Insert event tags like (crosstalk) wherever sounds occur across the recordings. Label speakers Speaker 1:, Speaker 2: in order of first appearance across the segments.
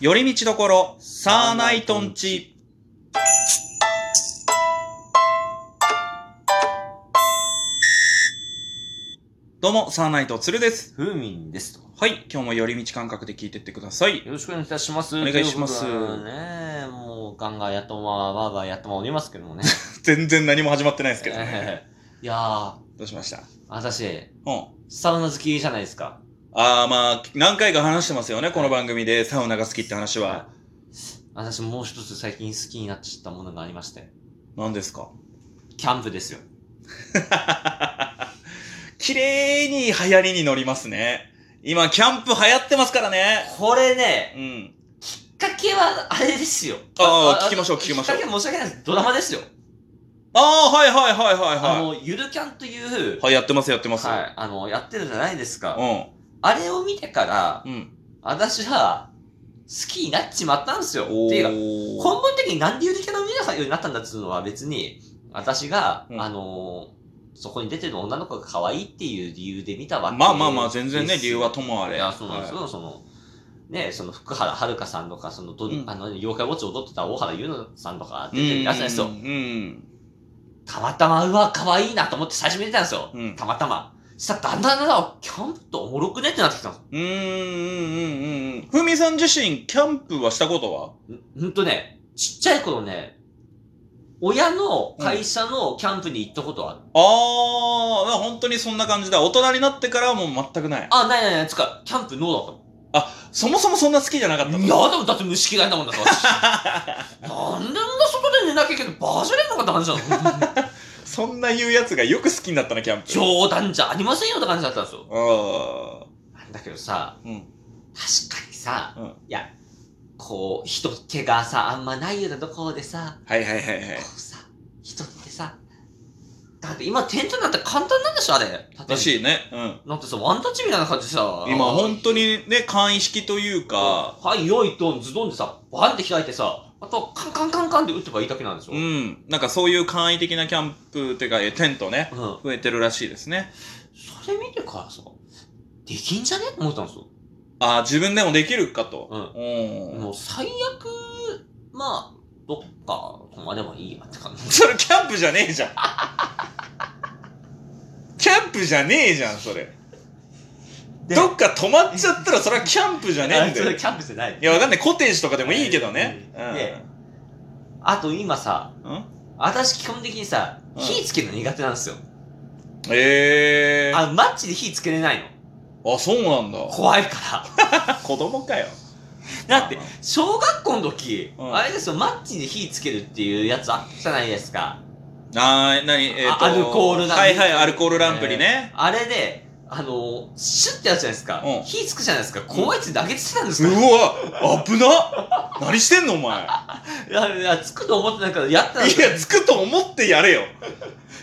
Speaker 1: 寄り道どころ、サーナイトンチ。どうも、サーナイト、つるです。
Speaker 2: ふうみんですと。
Speaker 1: はい、今日も寄り道感覚で聞いてってください。
Speaker 2: よろしくお願いいたします。
Speaker 1: お願いします
Speaker 2: とうことでねもう、ガンガンやっとんわ、わーがやっとんわおりますけどもね。
Speaker 1: 全然何も始まってないですけど
Speaker 2: (laughs)
Speaker 1: ね。
Speaker 2: えーいやー、
Speaker 1: どうしました
Speaker 2: 私、
Speaker 1: うん。
Speaker 2: サウナ好きじゃないですか。
Speaker 1: あー、まあ、何回か話してますよね、この番組でサウナが好きって話は。
Speaker 2: 私もう一つ最近好きになっちゃったものがありまして、
Speaker 1: 何ですか (laughs)
Speaker 2: キャンプですよ。
Speaker 1: 綺麗に流行りに乗りますね。今、キャンプ流行ってますからね。
Speaker 2: これね、
Speaker 1: うん。
Speaker 2: きっかけはあれですよ。
Speaker 1: あー聞きましょう聞きましょう
Speaker 2: きっかけ申し訳ないです。ドラマですよ。
Speaker 1: あー、はいはいはいはい
Speaker 2: あ
Speaker 1: は
Speaker 2: の、ゆるキャンという、
Speaker 1: い。はい、やってますやってます。
Speaker 2: はい、あの、やってるじゃないですか。
Speaker 1: う
Speaker 2: あれを見てから、
Speaker 1: ん。うん。
Speaker 2: 私は、好きになっちまったんですよ。っていうか、
Speaker 1: う
Speaker 2: 根本的になんでゆるキャラの皆さんようになったんだっつうのは別に、私が、
Speaker 1: うん
Speaker 2: あのーそこに出てる女の子が可愛いっていう理由で見たわけ
Speaker 1: まあまあまあ、全然ね、理由はと
Speaker 2: も
Speaker 1: もあ
Speaker 2: あ
Speaker 1: れ。
Speaker 2: いや、そうなんですよ、
Speaker 1: はい
Speaker 2: その、ね、その福原遥さんとか、そのど、
Speaker 1: うん
Speaker 2: あの、妖怪ウォッチ踊ってた大原優乃さんとか出てるやつなんですよ
Speaker 1: う。ん。
Speaker 2: たまたま、うわ、可愛いなと思って最初見てたんですよ。
Speaker 1: うん
Speaker 2: たまたま。したらだんだんだんだん、キャンプとおもろくねってなってきたの。
Speaker 1: うん、うん、うん、うんうん。ふみさん自身、キャンプはしたことは
Speaker 2: んほんとね、ちっちゃい頃ね、親の会社のキャンプに行ったことはある。
Speaker 1: あー、だから本当にそんな感じだ。大人になってからはもう全くない。
Speaker 2: あ、ないないない、つうか、キャンプノーだったも
Speaker 1: そもそもそんな好きじゃなかった
Speaker 2: ん。いや、でもだって虫 (laughs) 嫌いなもんだから、私なんであんな外で寝なきゃいけないバージョンのかって話なの
Speaker 1: (laughs) そんな言うやつがよく好きになったな、キャンプ。
Speaker 2: (laughs) 冗談じゃありませんよって感じだったんですよ。
Speaker 1: あ
Speaker 2: だけどさ、
Speaker 1: ー。うん。
Speaker 2: 確かにさ、
Speaker 1: うん
Speaker 2: いや、こう、人気がさ、あんまないようなところでさ、
Speaker 1: はいはいはいはい
Speaker 2: こ。うさ、人ってさ、だって今テントなんて簡単なんでしょあれ。
Speaker 1: ら
Speaker 2: い。
Speaker 1: しいね。うん。
Speaker 2: なんてさ、ワンタッチみたいな感じでさ、
Speaker 1: 今本当にね、簡易式というか、
Speaker 2: はい、よいと、ズドンでさ、バンって開いてさ、あと、カンカンカンカンって打てばいいだけなんでしょ
Speaker 1: うん。なんかそういう簡易的なキャンプっていうか、えテントね、
Speaker 2: うん。
Speaker 1: 増えてるらしいですね。
Speaker 2: それ見てからさ、できんじゃねって思ったんですよ。
Speaker 1: ああ、自分でもできるかと。
Speaker 2: うん。
Speaker 1: うん。
Speaker 2: もう最悪、まあ、どっか泊まればいいやって感じ。
Speaker 1: それキャンプじゃねえじゃん。キャンプじゃねえじゃん、それ。
Speaker 2: で
Speaker 1: どっか泊まっちゃったら、それはキャンプじゃねえんだ
Speaker 2: (laughs) あそれ
Speaker 1: よ。
Speaker 2: キャンプじゃない。
Speaker 1: いや、わかんない。コテージとかでもいいけどね。
Speaker 2: うんであと今さ、
Speaker 1: うん。うん
Speaker 2: 私基本的にさ、
Speaker 1: うん
Speaker 2: 火つけるの苦手なんですよ。
Speaker 1: ええー。
Speaker 2: あ、マッチで火つけれないの。
Speaker 1: あ、そうなんだ。
Speaker 2: 怖いか
Speaker 1: 子供かよ。
Speaker 2: ら。だって
Speaker 1: まあま、
Speaker 2: 小学校の時、
Speaker 1: うん
Speaker 2: あれですよ、マッチで火つけるっていうやつあったじゃないですか。
Speaker 1: あー、なに、えっ、と。
Speaker 2: あアルコールランプ
Speaker 1: はいはい、アルコールランプにね。
Speaker 2: あれで、あのー、シュッてやるじゃないですか。
Speaker 1: うん
Speaker 2: 火つくじゃないですか。怖いっつって投げてたんです
Speaker 1: う
Speaker 2: から。
Speaker 1: わ危な何してんのお前。
Speaker 2: いや、いや、つくと思ってないから、やったら、
Speaker 1: いや、つくと思ってやれよ。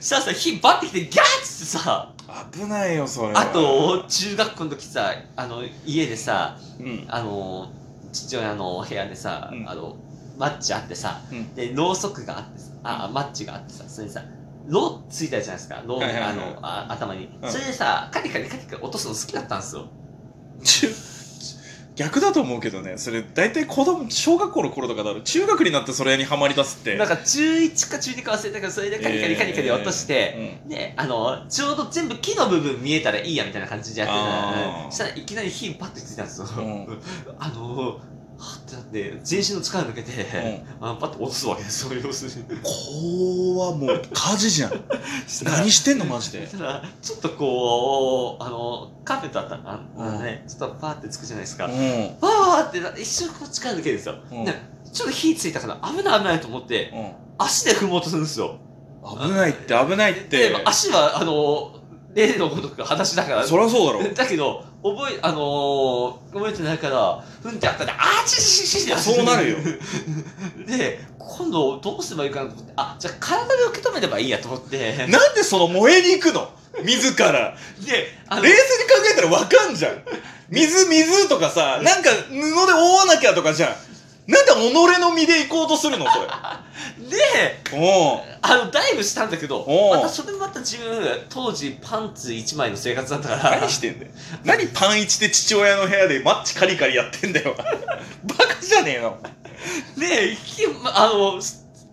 Speaker 2: したらさ、火バッてきて、ギャーッつってさ、
Speaker 1: 危ないよ、それは
Speaker 2: あと、、中学校の時さ、あの、家でさ、
Speaker 1: うん。
Speaker 2: あのー、父親のお部屋でさ、
Speaker 1: うん
Speaker 2: あの、マッチあってさ、
Speaker 1: うん
Speaker 2: で、ろうそくがあってさ、あ、マッチがあってさ、それにさ、ろうついたじゃないですか、ろう、
Speaker 1: はいはいはい
Speaker 2: あのあ、頭に。
Speaker 1: うん
Speaker 2: それでさ、カリカリカリカリ落とすの好きだったんですよ。
Speaker 1: ちゅ逆だと思うけどね、それ、大体子供、小学校の頃とかだろ。中学になってそれにハマり出すって。
Speaker 2: なんか中1か中2か忘れたけど、それでカリカリカリカリ落として、
Speaker 1: うん。
Speaker 2: で、あの、ちょうど全部木の部分見えたらいいやみたいな感じでやって
Speaker 1: あ
Speaker 2: た
Speaker 1: ー
Speaker 2: うんしたらいきなり火パッとついたんですよ。
Speaker 1: ん
Speaker 2: (laughs) あの、はぁってなって、全身の力抜けて、あのパッと落とすわけです、それをするに。
Speaker 1: こうはもう火事じゃん。 (laughs) 何してんのマジで
Speaker 2: そ。したら、ちょっとこう、あの、カーペットあったのあのね、ちょっとパーってつくじゃないですか。わ
Speaker 1: う
Speaker 2: ーってな一瞬こう力抜けるんですよ。
Speaker 1: ん。
Speaker 2: ねちょっと火ついたから危ない危ないと思って、
Speaker 1: うん。
Speaker 2: 足で踏もうとするんですよ。
Speaker 1: 危ないって、危ないって
Speaker 2: で、。まあ足は、あの、例のごとく裸足だから、
Speaker 1: そりゃそうだろ。
Speaker 2: (laughs) だけど、覚え、あのー、覚えてないから、ふんってやったら、あーちしちちち
Speaker 1: そうなるよ。
Speaker 2: (laughs) で、今度どうすればいいかなと思って、あ、じゃあ体で受け止めればいいやと思って、で、
Speaker 1: なんでその燃えに行くの自ら。
Speaker 2: あの
Speaker 1: 冷静に考えたらわかんじゃん。水、水とかさ、なんか布で覆わなきゃとかじゃん。なんで己の身で行こうとするのそれ。
Speaker 2: で、
Speaker 1: (laughs) お
Speaker 2: あの、ダイブしたんだけど
Speaker 1: お、う
Speaker 2: またそれまた自分、当時パンツ1枚の生活だったから
Speaker 1: (laughs) 何、してんだよ。何パンイチで父親の部屋でマッチカリカリやってんだよ。バカじゃねえの。
Speaker 2: で、きあの、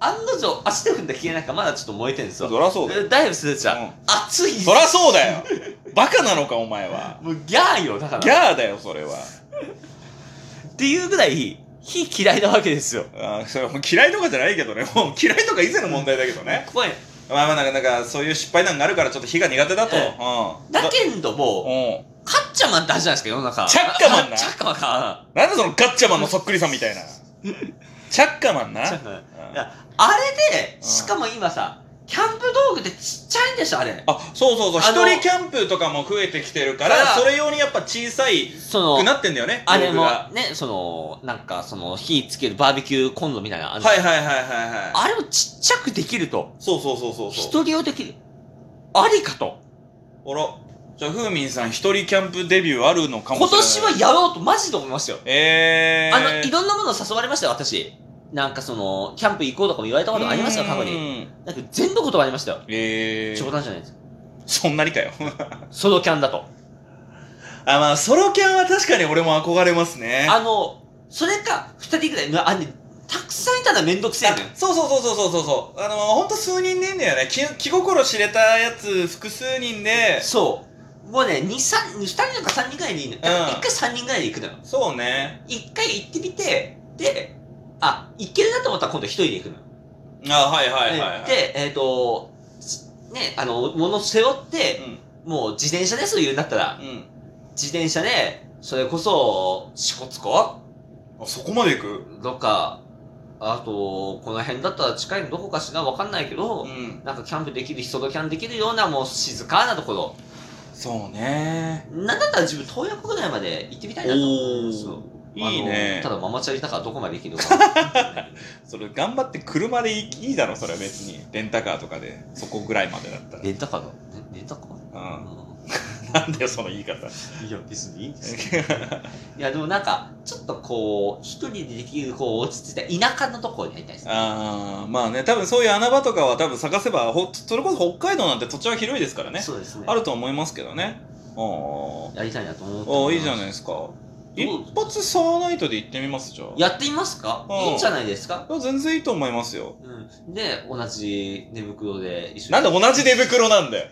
Speaker 2: 案の定、足で踏んだ消えなんかまだちょっと燃えてるんですよ。
Speaker 1: そらそうだよ。
Speaker 2: でダイブするじゃ
Speaker 1: うん
Speaker 2: ん。熱い
Speaker 1: そらそうだよ。バカなのか、お前は。
Speaker 2: もうギャーよ、だから。
Speaker 1: ギャーだよ、それは。
Speaker 2: っていうぐらい、火嫌いなわけですよ。
Speaker 1: あーそれもう嫌いとかじゃないけどね。もう嫌いとか以前の問題だけどね。
Speaker 2: 怖い。
Speaker 1: まあまあ、なんか、なんか、そういう失敗なんかあるから、ちょっと火が苦手だと。
Speaker 2: え
Speaker 1: うん。
Speaker 2: だけんど
Speaker 1: う
Speaker 2: も、
Speaker 1: ん。
Speaker 2: カッチャマンってあるじゃないですか、世の中。
Speaker 1: チャッカマンな
Speaker 2: あチャッカマンか。
Speaker 1: なんでそのガッチャマンのそっくりさんみたいな。チャッカマンな。
Speaker 2: チャッカマン
Speaker 1: うん
Speaker 2: いやあれ
Speaker 1: うん
Speaker 2: で、しかも今さ、キャンプ道具ってちっちゃいんでしょ、あれ。
Speaker 1: あ、そうそうそう。
Speaker 2: あ
Speaker 1: 一
Speaker 2: の
Speaker 1: 人キャンプとかも増えてきてるから、
Speaker 2: から
Speaker 1: それ用にやっぱ小さい
Speaker 2: そ
Speaker 1: く
Speaker 2: の、
Speaker 1: なってんだよね。
Speaker 2: あれ
Speaker 1: 道具
Speaker 2: も
Speaker 1: が
Speaker 2: ね、その、なんか、その、火つけるバーベキューコンロみたいなのあるじゃ
Speaker 1: は
Speaker 2: ん
Speaker 1: いはいはいはいはい。
Speaker 2: あれをちっちゃくできると。
Speaker 1: そうそうそうそうそう。
Speaker 2: 一人用できる。ありかと。
Speaker 1: あら。じゃあ、ふうみんさん一人キャンプデビューあるのかも
Speaker 2: 今
Speaker 1: しれない。
Speaker 2: 年はやろうとマジで思いましたよ。
Speaker 1: えー。
Speaker 2: あの、いろんなものを誘われましたよ、私。なんかその、キャンプ行こうとかも言われたことありましたよ、過去
Speaker 1: う
Speaker 2: に。
Speaker 1: ん。
Speaker 2: なんか全部断りましたよ。
Speaker 1: え
Speaker 2: 冗
Speaker 1: ー。
Speaker 2: 談じゃないです。
Speaker 1: そんなにかよ。 (laughs)
Speaker 2: ソロキャンだと。
Speaker 1: あ、まあ、ソロキャンは確かに俺も憧れますね。
Speaker 2: あの、それか、二人ぐらい、あのね、たくさんいたらめんどくせえのよ
Speaker 1: あそうそうそうそうそうそうあのほんと数人でいいんだよね気気心知れたやつ複数人で
Speaker 2: そう。もうね、二三、二人とか三人ぐらいでいいのよ。
Speaker 1: うん
Speaker 2: 一回三人ぐらいで行くのよ。
Speaker 1: そうね
Speaker 2: 一回行ってみて、で、あ、行けるなと思ったら今度一人で行くのよ。
Speaker 1: あはいはいはい、はい、
Speaker 2: で、えっ、と、しね、あの、物背負って、もう自転車ですと言うんだったら
Speaker 1: う、ん、うん、
Speaker 2: 自転車で、それこそ、支笏湖
Speaker 1: あそこまで行く
Speaker 2: どっか、あと、この辺だったら近いのどこかしらわかんないけど、
Speaker 1: ん
Speaker 2: なんかキャンプできる、人とキャンできるような、もう静かなところ。
Speaker 1: そうね
Speaker 2: なんだったら自分、洞爺湖ぐらいまで行ってみたいなと
Speaker 1: おー
Speaker 2: そう
Speaker 1: いい
Speaker 2: あの
Speaker 1: ね
Speaker 2: ただママチャリだからどこまで行けるかわかんない。
Speaker 1: (laughs) それ頑張って車でいいいだろそれは別にレンタカーとかでそこぐらいまでだった
Speaker 2: レンタカーだ。レレンタカー
Speaker 1: らうん (laughs)
Speaker 2: う
Speaker 1: なんだよその言い方
Speaker 2: んいや、別にいいんですよいや、でもなんか、ちょっとこう、一人でできる、こう、落ち着いた田舎のところにやりたいですね。
Speaker 1: あーまあね多分そういう穴場とかは多分探せばほそれこそ北海道なんて土地は広いですからね
Speaker 2: そうですね。
Speaker 1: あると思いますけどねあ
Speaker 2: やりたいなと思ってます。
Speaker 1: あいいじゃないですか一
Speaker 2: どう
Speaker 1: 発サーナイトで行ってみますじゃあ
Speaker 2: やってみますか
Speaker 1: うん
Speaker 2: いいんじゃないですか
Speaker 1: いや全然いいと思いますよ
Speaker 2: うん。で、同じ寝袋で一緒に。
Speaker 1: なんで同じ寝袋なんだよ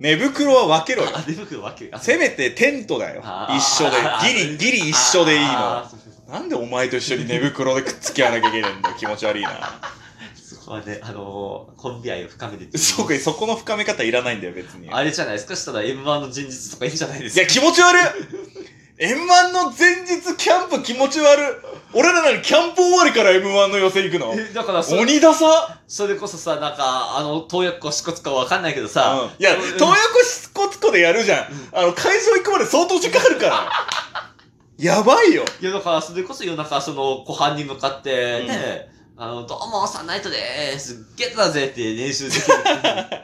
Speaker 1: 寝袋は分けろよ
Speaker 2: あ、寝袋分ける。
Speaker 1: せめてテントだよ
Speaker 2: あー
Speaker 1: 一緒で
Speaker 2: あー
Speaker 1: ギリギリ一緒でいいの
Speaker 2: あー
Speaker 1: なんでお前と一緒に寝袋でくっつき合わなきゃいけないんだよ気持ち悪いな
Speaker 2: そこはね、あのー、コンビ愛を深めて。
Speaker 1: そうかそこの深め方いらないんだよ別にいや
Speaker 2: あれじゃないですかしたら M1 の前日とかいいんじゃないですか
Speaker 1: 気持ち悪い M1 の前日キャンプ気持ち悪い俺らなにキャンプ終わりから M1 の予選行くの
Speaker 2: えだからそ、
Speaker 1: 鬼ださ
Speaker 2: それこそさ、なんか、あの、洞爺湖、支笏湖わかんないけど
Speaker 1: う
Speaker 2: さ
Speaker 1: ん、いや、
Speaker 2: うん
Speaker 1: 東横スコツコでやるじゃん。あの、会場行くまで相当時間あるから。やばいよ。
Speaker 2: (laughs) いや、だから、それこそ夜中、その、湖畔に向かって、ね、あの、どうも、サンナイトでーす、ゲットだぜって練習できる。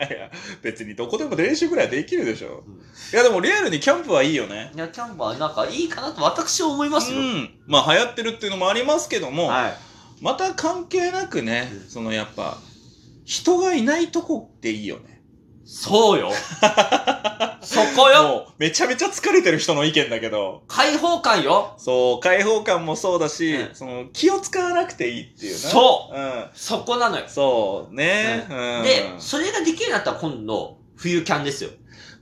Speaker 1: いや別にどこでも練習ぐらいはできるでしょ
Speaker 2: うん。
Speaker 1: いや、でもリアルにキャンプはいいよ (laughs) ね。
Speaker 2: いや、キャンプはなんかいいかなと私は思います
Speaker 1: う
Speaker 2: よ。
Speaker 1: ん。まあ、流行ってるっていうのもありますけども、
Speaker 2: はい。
Speaker 1: また関係なくね
Speaker 2: う、ん
Speaker 1: そのやっぱ、人がいないとこっていいよね。
Speaker 2: そ
Speaker 1: (laughs)
Speaker 2: うよ。そこよ。
Speaker 1: もう、めちゃめちゃ疲れてる人の意見だけど、
Speaker 2: 開放感よ。
Speaker 1: そう、開放感もそうだし、
Speaker 2: うん
Speaker 1: その、気を使わなくていいっていうね。。
Speaker 2: そう
Speaker 1: うん。
Speaker 2: そこなのよ。
Speaker 1: そう、ね。うん。
Speaker 2: で、それができるようになったら今度、冬キャンですよ。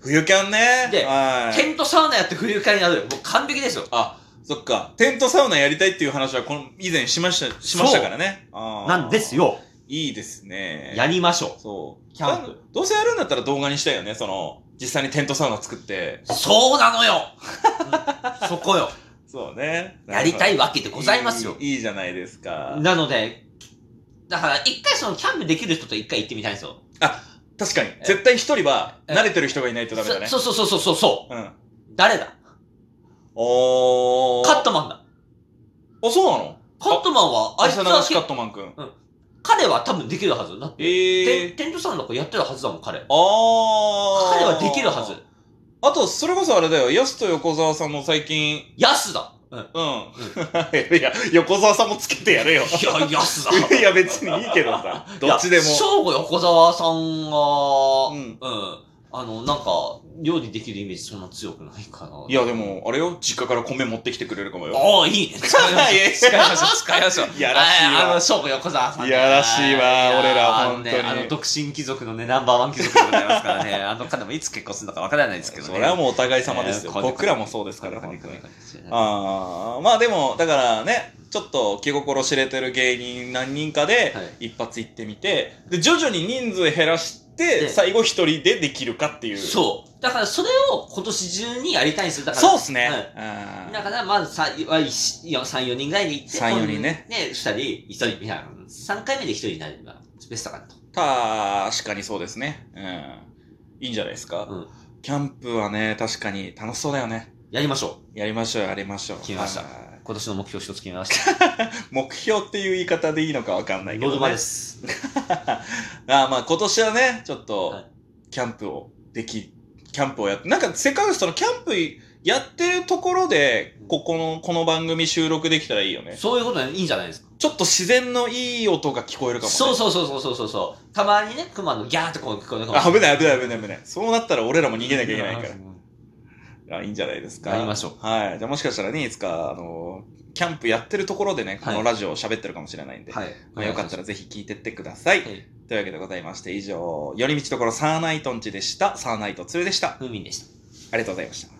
Speaker 1: 冬キャンね。
Speaker 2: で
Speaker 1: はい。
Speaker 2: テントサウナやって冬キャンになるよ。もう完璧ですよ。
Speaker 1: あ、そっか。テントサウナやりたいっていう話はこの以前しました、しましたからね。
Speaker 2: なんです
Speaker 1: よ。
Speaker 2: よ。
Speaker 1: いいですね。
Speaker 2: やりましょ
Speaker 1: そう。
Speaker 2: キャンプ
Speaker 1: あのどうせやるんだったら動画にしたいよね。その、実際にテントサウナ作って。
Speaker 2: う。そうなの
Speaker 1: (laughs)
Speaker 2: よ。うんそこよ。
Speaker 1: そうね。
Speaker 2: やりた
Speaker 1: い
Speaker 2: いわけでございますよ。
Speaker 1: いいいいじゃないですか。
Speaker 2: なので、だから一回そのキャンプできる人と一回行ってみたいんですよ。
Speaker 1: 確かに。絶対一人は
Speaker 2: え
Speaker 1: 慣れてる人がいないとダメだね。
Speaker 2: そそうそうそうそうそう。
Speaker 1: うん。
Speaker 2: 誰だ
Speaker 1: おー。
Speaker 2: カットマンだ。
Speaker 1: あ、そうなの
Speaker 2: カットマンは、あいつ
Speaker 1: 朝流
Speaker 2: だ
Speaker 1: し
Speaker 2: け
Speaker 1: カットマンくん。
Speaker 2: 彼は多分できるはず。だって、
Speaker 1: え
Speaker 2: テ
Speaker 1: え
Speaker 2: ンテントさんの子やってるはずだもん、彼。彼
Speaker 1: あー。
Speaker 2: はできるはず。。
Speaker 1: あと、それこそあれだよ、ヤスと横澤さんも最近、
Speaker 2: ヤスだ。うん。
Speaker 1: うん。いや、横澤さんもつけてや (laughs) れよ。
Speaker 2: いや、ヤスだ。
Speaker 1: いや、別にいいけどさ、どっちでも
Speaker 2: いや。正吾横澤さんが、
Speaker 1: う
Speaker 2: うんん。ああの、なんか、料理できるイメージそんな強くないかな。
Speaker 1: いや、でも、あれよ、実家から米持ってきてくれるかもよ。
Speaker 2: お
Speaker 1: (laughs)
Speaker 2: ー、いいね。使いましょう。使いましょう。使いましょう。
Speaker 1: いやらしいわ
Speaker 2: ああの、勝負横澤さんね。
Speaker 1: いやらしいわ
Speaker 2: や
Speaker 1: 俺ら
Speaker 2: あのね
Speaker 1: 本当に
Speaker 2: あの、独身貴族のね、ナンバーワン貴族でございますからね。あの方もいつ結婚するのかわからないですけどね。
Speaker 1: それはもうお互い様ですよ。
Speaker 2: えー
Speaker 1: 僕らもそうですから。
Speaker 2: 神々神
Speaker 1: 本当に
Speaker 2: 々神々
Speaker 1: あーまあでも、だからね、ちょっと気心知れてる芸人何人かで
Speaker 2: は、
Speaker 1: 一発行ってみて、で、徐々に人数減らして、
Speaker 2: で
Speaker 1: 最後一人でできるかっていう。う。
Speaker 2: そう。だからそれを今年中にやりたいんですよ。だから。
Speaker 1: そうっすね。
Speaker 2: う
Speaker 1: うんん
Speaker 2: だからまずさは一よ3、4人ぐらいで行って、
Speaker 1: 3 4人ね。
Speaker 2: ね、2人、1人、みたいな。3回目で1人になればベストかなと。
Speaker 1: 確かにそうですね。うん。いいんじゃないですか。
Speaker 2: うん
Speaker 1: キャンプはね、確かに楽しそうだよね。
Speaker 2: やりましょ
Speaker 1: やりましょう、やりましょう。
Speaker 2: 決めました
Speaker 1: は
Speaker 2: う
Speaker 1: い。
Speaker 2: 今年の目標一つ決めました。
Speaker 1: 目標っていう言い方でいいのかわかんないけど、
Speaker 2: ノ
Speaker 1: ね。
Speaker 2: ルマです。
Speaker 1: (laughs) ああまあ今年はね、ちょっと
Speaker 2: はい、
Speaker 1: キャンプをでき、キャンプをやって、なんかせっかくそのキャンプやってるところで、ここの、この番組収録できたらいいよね。
Speaker 2: そういうことね、いいんじゃないですか。
Speaker 1: ちょっと自然のいい音が聞こえるかも、ね。
Speaker 2: そうそうそうそうそうそう。たまにね、熊のギャーってこう聞こえるかも
Speaker 1: あ、危ない危ない
Speaker 2: い。
Speaker 1: 危ない危ない。そうなったら俺らも逃げなきゃいけないか
Speaker 2: うん。
Speaker 1: ら。あいいんじゃないですか。
Speaker 2: やりましょう。
Speaker 1: はい。じゃあもしかしたらね、いつか、あのーキャンプやってるところでね、こ
Speaker 2: は
Speaker 1: の
Speaker 2: い
Speaker 1: ラジオを喋ってるかもしれないんで、
Speaker 2: はい。
Speaker 1: まあ、よかったらぜひ聞いてってください。
Speaker 2: はい
Speaker 1: というわけでございまして、以上、寄り道ところサーナイトンチでした。サーナイト2でした。
Speaker 2: ふみんでした。
Speaker 1: ありがとうございました。